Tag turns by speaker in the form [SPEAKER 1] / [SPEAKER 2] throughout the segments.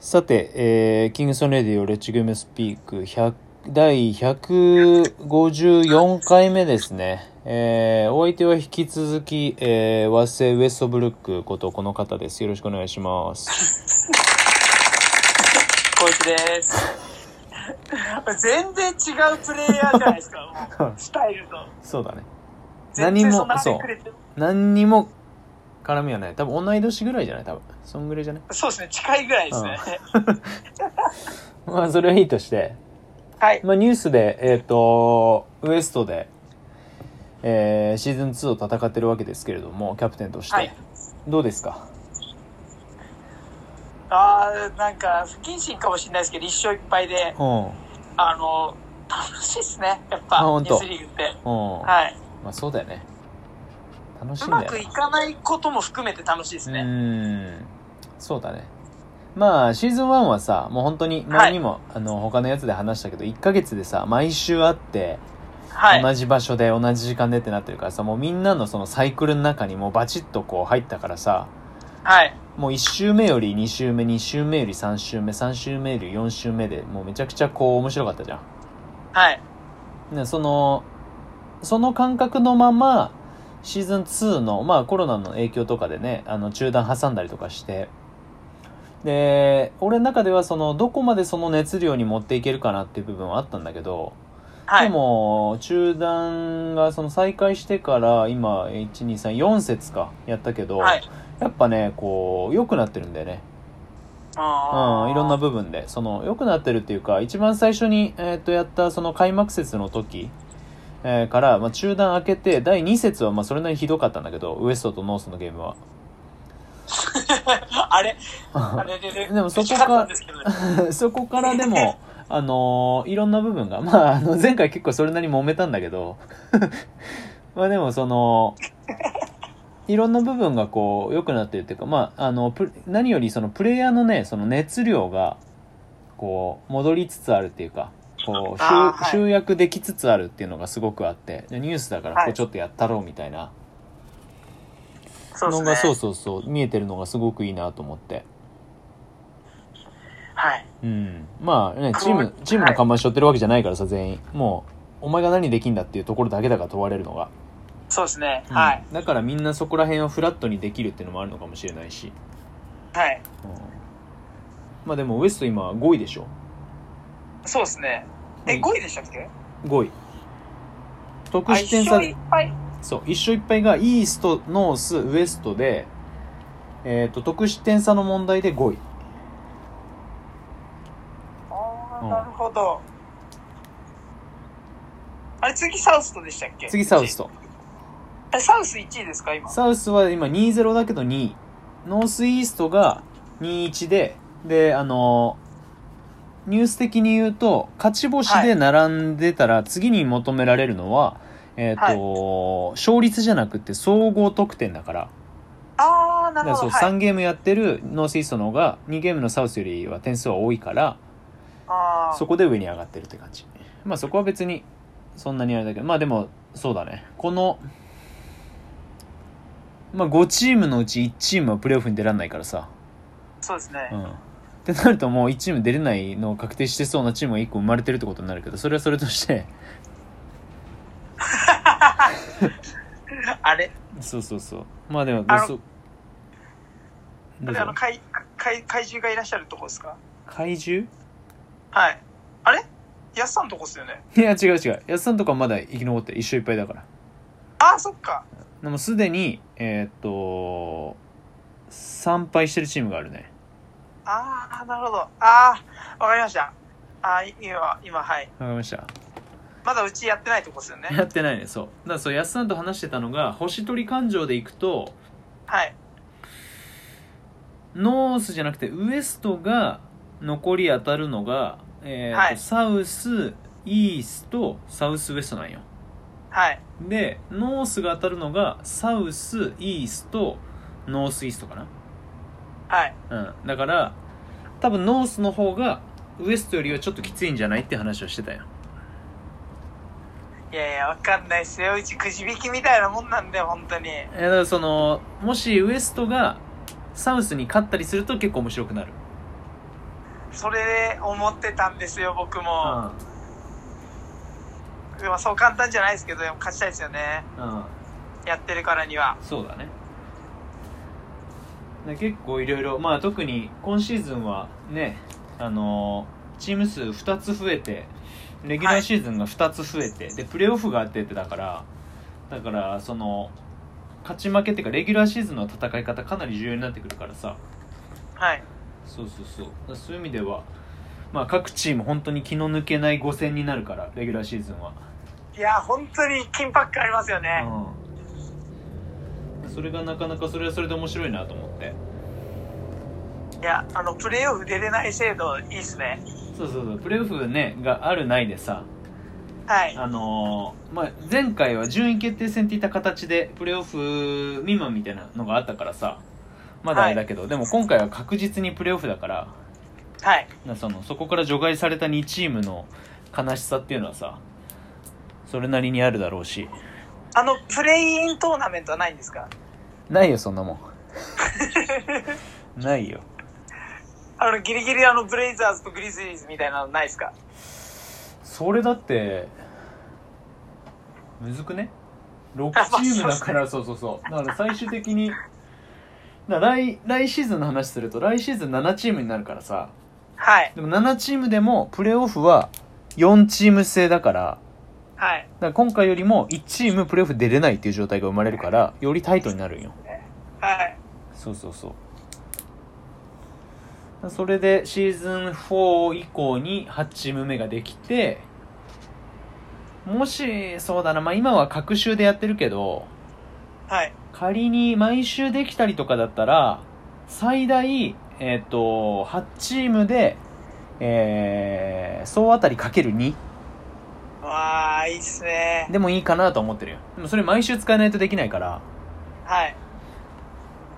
[SPEAKER 1] さて、えーキングソンレディオレッチグムスピーク100第154回目ですね。えーお相手は引き続き、えー、和製ウエストブルックことこの方です。よろしくお願いします。
[SPEAKER 2] こいつです。全然違うプレイヤーじゃないで すか、もうスタイルと。
[SPEAKER 1] そうだね。
[SPEAKER 2] 全
[SPEAKER 1] 何
[SPEAKER 2] 然
[SPEAKER 1] も
[SPEAKER 2] そんな、話
[SPEAKER 1] そう
[SPEAKER 2] く。れて
[SPEAKER 1] 何にも絡みはない。多分同い年ぐらいじゃない多分。そんぐらいじゃない
[SPEAKER 2] そうですね、近いぐらいですね。
[SPEAKER 1] まあ、それはいいとして。
[SPEAKER 2] はい。
[SPEAKER 1] まあ、ニュースで、えっ、と、ウエストで、えーシーズン2を戦ってるわけですけれども、キャプテンとして。
[SPEAKER 2] はい
[SPEAKER 1] どうですか
[SPEAKER 2] あー、なんか、不謹慎かもしれないですけど、一勝一敗で、
[SPEAKER 1] うん。うん。
[SPEAKER 2] あの、楽しいですね、やっ
[SPEAKER 1] あ
[SPEAKER 2] ぱ、
[SPEAKER 1] ほん
[SPEAKER 2] ニ
[SPEAKER 1] と
[SPEAKER 2] ュースリーグって。
[SPEAKER 1] ま
[SPEAKER 2] はい。
[SPEAKER 1] あ、そうだよね。楽しい
[SPEAKER 2] うん
[SPEAKER 1] だ
[SPEAKER 2] ま
[SPEAKER 1] よ
[SPEAKER 2] くい
[SPEAKER 1] ね。
[SPEAKER 2] かないことも含めて楽しいです
[SPEAKER 1] う
[SPEAKER 2] ね。
[SPEAKER 1] ん。そうだね。まあ、シーズン1はさ、もう本当に前にも、あの、他のやつで話したけど、1ヶ月でさ、毎週会って、
[SPEAKER 2] はい。
[SPEAKER 1] 同じ場所で同じ時間でってなってるからさ、もうみんなのそのサイクルの中にもうバチッとこう入ったからさ、
[SPEAKER 2] はい。
[SPEAKER 1] もう1周目より2周目2周目より3周目3周目より4周目でもうめちゃくちゃこう面白かったじゃ
[SPEAKER 2] はい。
[SPEAKER 1] んねそのその感覚のままシーズン2のまあコロナの影響とかでねあの中断挟んだりとかしてで俺の中ではそのどこまでその熱量に持っていけるかなっていう部分はあったんだけど、
[SPEAKER 2] は
[SPEAKER 1] で
[SPEAKER 2] い。
[SPEAKER 1] も中断がその再開してから今1234節かやったけど、
[SPEAKER 2] はい。
[SPEAKER 1] やっぱねこう良くなってるんだよね
[SPEAKER 2] あ
[SPEAKER 1] うん、
[SPEAKER 2] ー
[SPEAKER 1] いろんな部分で、その、良くなってるっていうか、一番最初に、えっと、やった、その開幕節の時、えーから、まあ、中断開けて、第2節は、まあ、それなりにひどかったんだけど、ウエストとノースのゲームは。
[SPEAKER 2] あれ、あれで、
[SPEAKER 1] でもそこ
[SPEAKER 2] 打ち勝った
[SPEAKER 1] か
[SPEAKER 2] んですけど ね
[SPEAKER 1] そこからでも、 あのーいろんな部分が、まあ、あの、前回結構それなりに揉めたんだけど、 まあでもその、いろんな部分がこう、良くなってるっていうか、まあ、あの、プ何よりそのプレイヤーのね、その熱量が、こう、戻りつつあるっていうか、こう、集
[SPEAKER 2] あーはい
[SPEAKER 1] 集約できつつあるっていうのがすごくあって、でニュースだからこ
[SPEAKER 2] は
[SPEAKER 1] こ
[SPEAKER 2] い
[SPEAKER 1] ちょっとやったろうみたいな
[SPEAKER 2] そう
[SPEAKER 1] の
[SPEAKER 2] で
[SPEAKER 1] が、
[SPEAKER 2] す
[SPEAKER 1] そう
[SPEAKER 2] ね。
[SPEAKER 1] そうそう、見えてるのがすごくいいなと思って。
[SPEAKER 2] はい。
[SPEAKER 1] うん、まあねチー
[SPEAKER 2] は
[SPEAKER 1] ム
[SPEAKER 2] い
[SPEAKER 1] チームの看板背負ってるわけじゃないからさ全員もうお前が何できんだっていうところだけだから問われるのが、
[SPEAKER 2] そうですね。
[SPEAKER 1] うん
[SPEAKER 2] はい。
[SPEAKER 1] だからみんなそこら辺をフラットにできるっていうのもあるのかもしれないし、
[SPEAKER 2] はい。
[SPEAKER 1] うんまあでもウエスト今5位でしょ
[SPEAKER 2] そうですね。
[SPEAKER 1] う
[SPEAKER 2] え、
[SPEAKER 1] ん
[SPEAKER 2] 5位でしたっけ
[SPEAKER 1] 5位得
[SPEAKER 2] あ
[SPEAKER 1] 失点差
[SPEAKER 2] 一緒いっぱい
[SPEAKER 1] そう一勝1敗がイーストノースウエストで、えー、と得失点差の問題で5位
[SPEAKER 2] あ
[SPEAKER 1] う
[SPEAKER 2] あ、
[SPEAKER 1] ん
[SPEAKER 2] なるほど。あれ、次サウスとでしたっけ
[SPEAKER 1] 次サウス。と
[SPEAKER 2] え、サウス1位ですか、今。
[SPEAKER 1] サウスは今2-0だけど2位。ノースイーストが2-1で、で、あのーニュース的に言うと、勝ち星で並んでたら、次に求められるのは、えっ、と、勝率じゃなくて総合得点だから。
[SPEAKER 2] ああ、
[SPEAKER 1] だか
[SPEAKER 2] なる
[SPEAKER 1] ら
[SPEAKER 2] ほ
[SPEAKER 1] そ
[SPEAKER 2] ど。
[SPEAKER 1] う、
[SPEAKER 2] はい、
[SPEAKER 1] 3ゲームやってるノースイーストの方が、2ゲームのサウスよりは点数は多いから、
[SPEAKER 2] あー
[SPEAKER 1] そこで上に上がってるって感じ。まあそこは別にそんなにあれだけど、まあでもそうだね。この、まあ5チームのうち1チームはプレーオフに出らんないからさ。
[SPEAKER 2] そうですね。
[SPEAKER 1] うん。ってなるともう1チーム出れないのを確定してそうなチームが1個生まれてるってことになるけど、それはそれとして、
[SPEAKER 2] あれ
[SPEAKER 1] そうそうそう。まあでも、
[SPEAKER 2] あの
[SPEAKER 1] そう
[SPEAKER 2] あ
[SPEAKER 1] どう
[SPEAKER 2] れ、あの、
[SPEAKER 1] ぞ。
[SPEAKER 2] 怪、怪、怪獣がいらっしゃるとこですか
[SPEAKER 1] 怪獣
[SPEAKER 2] はい。あれやっさんとこっすよね。
[SPEAKER 1] いや違う違う。安さんとかまだ生き残ってる一勝いっぱいだから。
[SPEAKER 2] ああ、そっか。
[SPEAKER 1] でもすでに、えーっと、参拝してるチームがあるね。
[SPEAKER 2] ああ、なるほど。ああ、わかりました。ああ、今、今、はい。
[SPEAKER 1] わかりました。
[SPEAKER 2] まだうちやってないとこっすよね。
[SPEAKER 1] やってないねそうだからそう安さんと話してたのが星取り勘定でいくと
[SPEAKER 2] はい。
[SPEAKER 1] ノースじゃなくてウエストが残り当たるのが、えーと
[SPEAKER 2] はい
[SPEAKER 1] サウスイーストサウスウエストなんよ
[SPEAKER 2] はい。
[SPEAKER 1] でノースが当たるのがサウスイーストノースイーストか
[SPEAKER 2] はい。
[SPEAKER 1] なうんだから多分ノースの方がウエストよりはちょっときついんじゃないって話をしてたよ
[SPEAKER 2] いやいや、わかんないっすよ。うちくじ引きみたいなもんなんで、本当に。
[SPEAKER 1] えーだからそのもしウエストがサウスに勝ったりすると結構面白くなる
[SPEAKER 2] それ思ってたんですよ、僕も。
[SPEAKER 1] う
[SPEAKER 2] でもそう簡単じゃないですけど、でも勝ちたいですよね。
[SPEAKER 1] んうん
[SPEAKER 2] やってるからには。
[SPEAKER 1] そうだねで結構いろいろまあ特に今シーズンはねあのーチーム数2つ増えてレギュラーシーズンが2つ増えて、でプレーオフがあってってだからだからその勝ち負けっていうかレギュラーシーズンの戦い方かなり重要になってくるからさ
[SPEAKER 2] はい。
[SPEAKER 1] そうそうそうだからそういう意味ではまあ各チーム本当に気の抜けない5戦になるからレギュラーシーズンは、
[SPEAKER 2] いや、本当に緊迫感ありますよね。
[SPEAKER 1] うん、それがなかなかそれはそれで面白いなと思って
[SPEAKER 2] いや、あの、プレーオフ出れない制度、いいっすね。
[SPEAKER 1] そうそうそうプレーオフねがあるないでさ
[SPEAKER 2] はい。
[SPEAKER 1] あのーまあ、前回は順位決定戦っていった形でプレーオフ未満みたいなのがあったからさまだあれだけど、でも今回は確実にプレーオフだから
[SPEAKER 2] はい。
[SPEAKER 1] なそのそこから除外された2チームの悲しさっていうのはさそれなりにあるだろうし
[SPEAKER 2] あの、プレイイントーナメントはないんですか
[SPEAKER 1] ないよそんなもんないよ
[SPEAKER 2] あの、ギリギリあの、ブレイザーズとグリズリーズみたいなのないですか
[SPEAKER 1] それだってむずくね6チームだからそうそうそうだから最終的にだから来来シーズンの話すると来シーズン7チームになるからさ
[SPEAKER 2] はい。
[SPEAKER 1] でも7チームでもプレーオフは4チーム制だから
[SPEAKER 2] はい。
[SPEAKER 1] だから今回よりも1チームプレーオフ出れないっていう状態が生まれるからよりタイトになるんよ
[SPEAKER 2] はい。
[SPEAKER 1] そうそうそうだからそれでシーズン4以降に8チーム目ができてもしそうだなまあ今は隔週でやってるけど
[SPEAKER 2] はい。
[SPEAKER 1] 仮に毎週できたりとかだったら最大えっ、と8チームでえー、総当たりかける2
[SPEAKER 2] わー、いいっすね。
[SPEAKER 1] でもいいかなと思ってるよでもそれ毎週使えないとできないから
[SPEAKER 2] はい。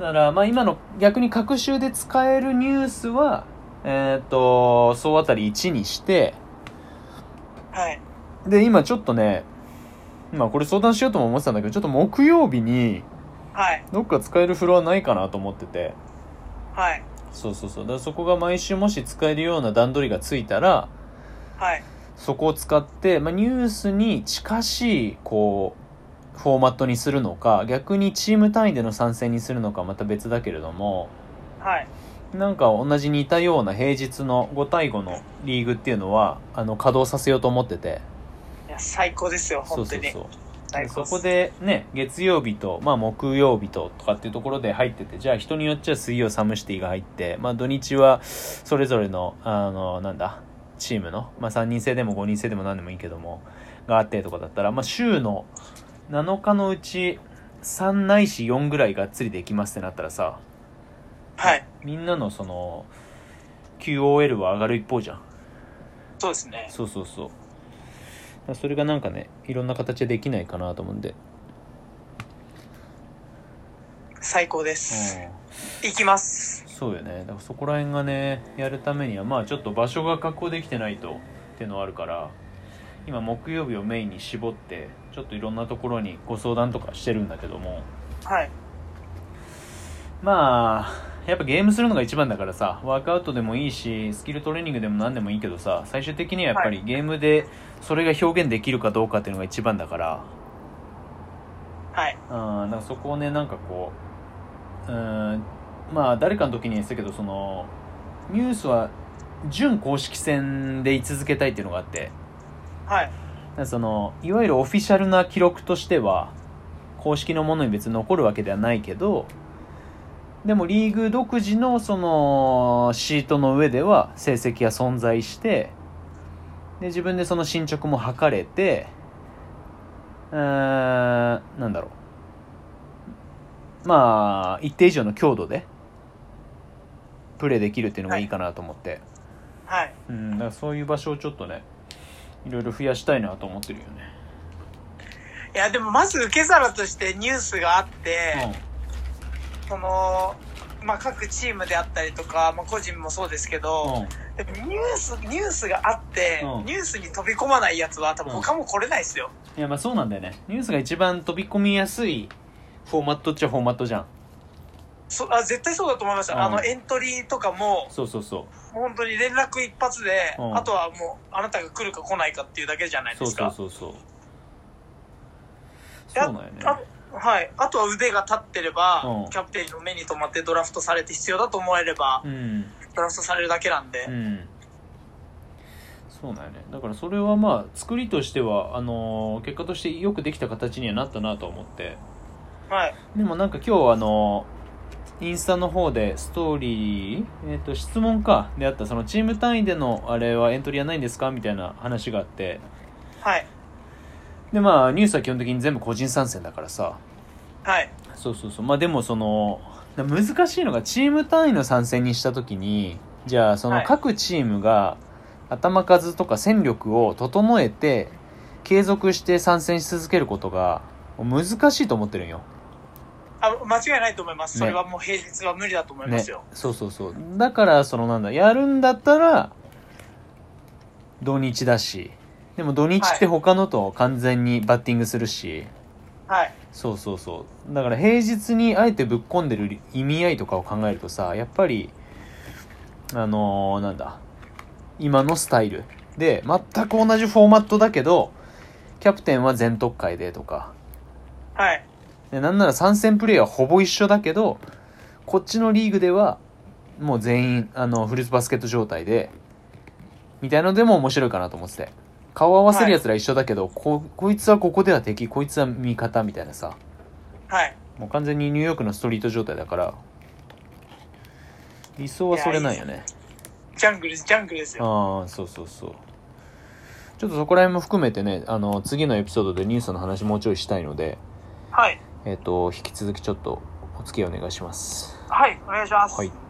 [SPEAKER 1] だから、まあ今の逆に各週で使えるニュースは、えっ、と、総当たり1にして、
[SPEAKER 2] はい。
[SPEAKER 1] で、今ちょっとね、まあこれ相談しようとも思ってたんだけど、ちょっと木曜日に
[SPEAKER 2] はい。
[SPEAKER 1] どっか使えるフロアないかなと思ってて、
[SPEAKER 2] はい。
[SPEAKER 1] そうそうそう。だからそこが毎週もし使えるような段取りがついたら、
[SPEAKER 2] はい。
[SPEAKER 1] そこを使って、まあニュースに近しい、こう、フォーマットにするのか、逆にチーム単位での参戦にするのかはまた別だけれども、
[SPEAKER 2] はい。
[SPEAKER 1] なんか同じ似たような平日の5対5のリーグっていうのはあの稼働させようと思ってて
[SPEAKER 2] いや、最高ですよ、
[SPEAKER 1] そう
[SPEAKER 2] 本当
[SPEAKER 1] そう
[SPEAKER 2] に。
[SPEAKER 1] そう
[SPEAKER 2] 最
[SPEAKER 1] で
[SPEAKER 2] 高
[SPEAKER 1] そ
[SPEAKER 2] っす
[SPEAKER 1] こ。でね月曜日と、まあ、木曜日ととかっていうところで入っててじゃあ人によっちゃ水曜サムシティが入って、まあ、土日はそれぞれのあのなんだチームの、まあ、3人制でも5人制でも何でもいいけどもがあってとかだったら、まあ、週の7日のうち3ないし4ぐらいがっつりできますってなったらさ、
[SPEAKER 2] はい。
[SPEAKER 1] みんなのその QOL は上がる一方じゃん
[SPEAKER 2] そうですね。
[SPEAKER 1] そうそうそうだからそれがなんかねいろんな形でできないかなと思うんで、
[SPEAKER 2] 最高です。行きます。
[SPEAKER 1] そうよねだからそこら辺がねやるためにはまあちょっと場所が確保できてないとっていうのはあるから今木曜日をメインに絞ってちょっといろんなところにご相談とかしてるんだけども
[SPEAKER 2] はい。
[SPEAKER 1] まあやっぱゲームするのが一番だからさワークアウトでもいいしスキルトレーニングでも何でもいいけどさ最終的にはやっぱりゲームでそれが表現できるかどうかっていうのが一番だから、
[SPEAKER 2] はい。
[SPEAKER 1] うん、なんかそこをねなんかこううんまあ誰かの時に言ってたけどそのニュースは準公式戦で居続けたいっていうのがあって
[SPEAKER 2] はい。
[SPEAKER 1] だからそのいわゆるオフィシャルな記録としては公式のものに別に残るわけではないけどでもリーグ独自のそのシートの上では成績が存在してで自分でその進捗も測れてうーんなんだろうまあ一定以上の強度でプレーできるっていうのがいいかなと思って、
[SPEAKER 2] はい。
[SPEAKER 1] うん、だからそういう場所をちょっとねいろいろ増やしたいなと思ってるよね、
[SPEAKER 2] いや、でもまず受け皿としてニュースがあって、その、まあ、各チームであったりとか、まあ、個人もそうですけど、
[SPEAKER 1] うんうん
[SPEAKER 2] でもニュース、ニュースがあって、
[SPEAKER 1] うん
[SPEAKER 2] ニュースに飛び込まないやつは多分他も来れないですよ。
[SPEAKER 1] いやまあそうなんだよねニュースが一番飛び込みやすいフォーマットっちゃフォーマットじゃん
[SPEAKER 2] そあ絶対そうだと思いました、
[SPEAKER 1] うん
[SPEAKER 2] あのエントリーとかも
[SPEAKER 1] そうそうそう
[SPEAKER 2] 本当に連絡一発で、
[SPEAKER 1] うん
[SPEAKER 2] あとはもうあなたが来るか来ないかっていうだけじゃないで
[SPEAKER 1] そう
[SPEAKER 2] す
[SPEAKER 1] そう
[SPEAKER 2] か
[SPEAKER 1] そうそう
[SPEAKER 2] や
[SPEAKER 1] そうなんよね
[SPEAKER 2] あはい、あとは腕が立ってれば、
[SPEAKER 1] うん
[SPEAKER 2] キャプテンの目に留まってドラフトされて必要だと思えれば、
[SPEAKER 1] うん
[SPEAKER 2] ドラフトされるだけなんで、
[SPEAKER 1] うんそうなんよねだからそれはまあ作りとしてはあのー結果としてよくできた形にはなったなと思って
[SPEAKER 2] はい
[SPEAKER 1] でもなんか今日あのインスタの方でストーリー、えっと質問かであったそのチーム単位でのあれはエントリーはないんですかみたいな話があって
[SPEAKER 2] はい
[SPEAKER 1] でまあニュースは基本的に全部個人参戦だからさ
[SPEAKER 2] はい
[SPEAKER 1] そうそうそうまあでもそのな難しいのがチーム単位の参戦にした時にじゃあそ
[SPEAKER 2] は
[SPEAKER 1] の
[SPEAKER 2] い
[SPEAKER 1] 各チームが頭数とか戦力を整えて継続して参戦し続けることが難しいと思ってるんよ
[SPEAKER 2] あ間違いないと思います、
[SPEAKER 1] ね
[SPEAKER 2] それはもう平日は無理だと思いますよ、
[SPEAKER 1] そうそうそうだからそのなんだやるんだったら土日だしでも土日って他のと完全にバッティングするし、
[SPEAKER 2] はい
[SPEAKER 1] そうそうそうだから平日にあえてぶっ込んでる意味合いとかを考えるとさやっぱりあのーなんだ今のスタイルで全く同じフォーマットだけどキャプテンは全特会でとか
[SPEAKER 2] はい
[SPEAKER 1] でなんなら参戦プレーはほぼ一緒だけどこっちのリーグではもう全員あのフルーツバスケット状態でみたいのでも面白いかなと思ってて顔合わせるやつら一緒だけど、ここいつはここでは敵こいつは味方みたいなさ
[SPEAKER 2] はい
[SPEAKER 1] もう完全にニューヨークのストリート状態だから理想はそれないよね
[SPEAKER 2] ジャングルジャングルですよ
[SPEAKER 1] ああーそうそうそうちょっとそこら辺も含めてねあの次のエピソードでニュースの話もうちょいしたいので
[SPEAKER 2] はい
[SPEAKER 1] えっ、と引き続きちょっとお付き合いお願いします
[SPEAKER 2] はいお願いします、
[SPEAKER 1] はい